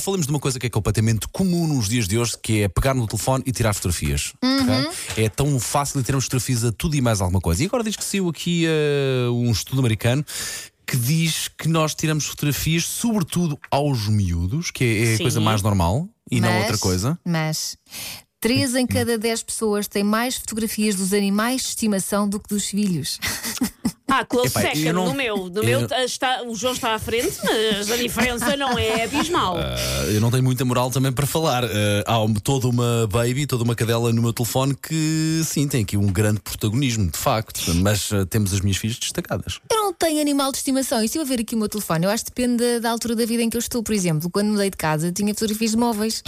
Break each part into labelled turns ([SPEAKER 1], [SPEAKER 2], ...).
[SPEAKER 1] Falamos de uma coisa que é completamente comum nos dias de hoje, que é pegar no telefone e tirar fotografias. ok? É tão fácil de tirarmos fotografias a tudo e mais alguma coisa. E agora diz que saiu aqui eh, um estudo americano que diz que nós tiramos fotografias, sobretudo aos miúdos, que é, é a
[SPEAKER 2] Sim.
[SPEAKER 1] coisa mais normal e não
[SPEAKER 3] Mas-
[SPEAKER 1] outra coisa.
[SPEAKER 3] Mas 3 em cada 10 pessoas têm mais fotografias dos animais de estimação do que dos filhos.
[SPEAKER 2] Ah, close
[SPEAKER 1] Epá, eu
[SPEAKER 2] second,
[SPEAKER 1] não-
[SPEAKER 2] no meu. No
[SPEAKER 1] eu
[SPEAKER 2] meu
[SPEAKER 1] não-
[SPEAKER 2] ah, está, o João está à frente, mas a diferença não é abismal.
[SPEAKER 1] Ah, eu não tenho muita moral também para falar. Ah, há um- toda uma baby, toda uma cadela no meu telefone que sim tem aqui um grande protagonismo, de facto. Mas ah, temos as minhas filhas destacadas.
[SPEAKER 3] Eu não tenho animal de estimação. E se eu ver aqui o meu telefone, eu acho que depende da- da altura da vida em que eu estou. Por exemplo, quando mudei de casa, tinha fotografias de móveis.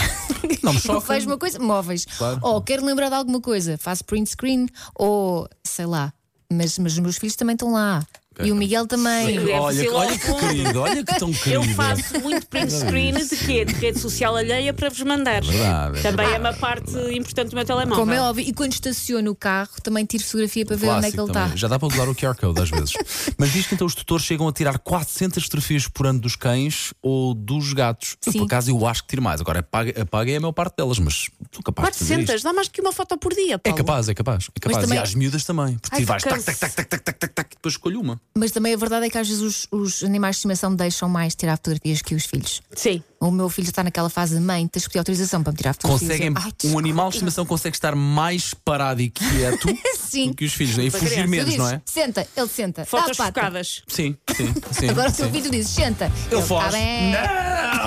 [SPEAKER 1] Não me
[SPEAKER 3] Eu
[SPEAKER 1] choca.
[SPEAKER 3] vejo uma coisa, móveis.
[SPEAKER 1] Claro.
[SPEAKER 3] Ou quero lembrar de alguma coisa, faço print screen, ou sei lá. Mas, mas os meus filhos também estão lá. E o Miguel também.
[SPEAKER 2] Sim.
[SPEAKER 1] Olha,
[SPEAKER 2] ser
[SPEAKER 1] olha
[SPEAKER 2] logo
[SPEAKER 1] que
[SPEAKER 2] um.
[SPEAKER 1] querido, olha que tão querido.
[SPEAKER 2] É Eu faço muito print screen de quê? De rede social alheia para vos mandar.
[SPEAKER 1] verdade, é
[SPEAKER 2] Também é
[SPEAKER 1] verdade,
[SPEAKER 2] uma parte importante do meu telemóvel.
[SPEAKER 3] Como é óbvio. E quando estaciono o carro, também tiro fotografia para ver onde é que
[SPEAKER 1] Clássico
[SPEAKER 3] ele
[SPEAKER 1] também.
[SPEAKER 3] está.
[SPEAKER 1] Já dá para usar o QR Code às vezes. Mas diz que então os tutores chegam a tirar 400 fotografias por ano dos cães ou dos gatos. Eu,
[SPEAKER 3] Sim.
[SPEAKER 1] por acaso, eu acho que tiro mais. Agora, apaga, apaga é a maior parte delas, mas estou capaz de fazer isto.
[SPEAKER 2] 400, dá mais do que uma foto por dia,
[SPEAKER 1] É
[SPEAKER 2] Paulo.
[SPEAKER 1] capaz, é capaz. É capaz.
[SPEAKER 3] também-
[SPEAKER 1] E às miúdas também. Porque
[SPEAKER 2] Ai,
[SPEAKER 1] tu vais
[SPEAKER 2] que
[SPEAKER 1] tac, tac,
[SPEAKER 2] canso.
[SPEAKER 1] tac, tac, tac, tac, tac, tac, e depois escolho uma.
[SPEAKER 3] Mas também a verdade é que às vezes os, os animais de estimação deixam mais tirar fotografias que os filhos.
[SPEAKER 2] Sim.
[SPEAKER 3] O meu filho está naquela fase de mãe, tens que pedir autorização para me tirar fotografias.
[SPEAKER 2] Ah,
[SPEAKER 1] Conseguem,
[SPEAKER 3] Eu, "Ah, "Ai,
[SPEAKER 1] um
[SPEAKER 3] desculpa."
[SPEAKER 1] animal de estimação consegue estar mais parado e quieto
[SPEAKER 3] Sim.
[SPEAKER 1] do que os filhos, né? e
[SPEAKER 2] Para
[SPEAKER 1] fugir
[SPEAKER 2] criança.
[SPEAKER 3] Tu
[SPEAKER 1] menos,
[SPEAKER 3] dizes,
[SPEAKER 1] não é?
[SPEAKER 3] Senta, ele senta. dá
[SPEAKER 2] Fotos
[SPEAKER 3] a pata.
[SPEAKER 2] focadas.
[SPEAKER 1] Sim, sim, sim.
[SPEAKER 3] Agora o
[SPEAKER 1] sim.
[SPEAKER 3] teu filho diz, senta.
[SPEAKER 1] Ele
[SPEAKER 3] "Tá
[SPEAKER 1] foge.
[SPEAKER 3] bem."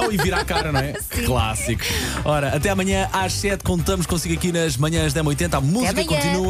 [SPEAKER 1] Não! E vira a cara, não é? Clássico. Ora, até amanhã às 7 contamos consigo aqui nas manhãs da 80 A música
[SPEAKER 3] amanhã.
[SPEAKER 1] continua.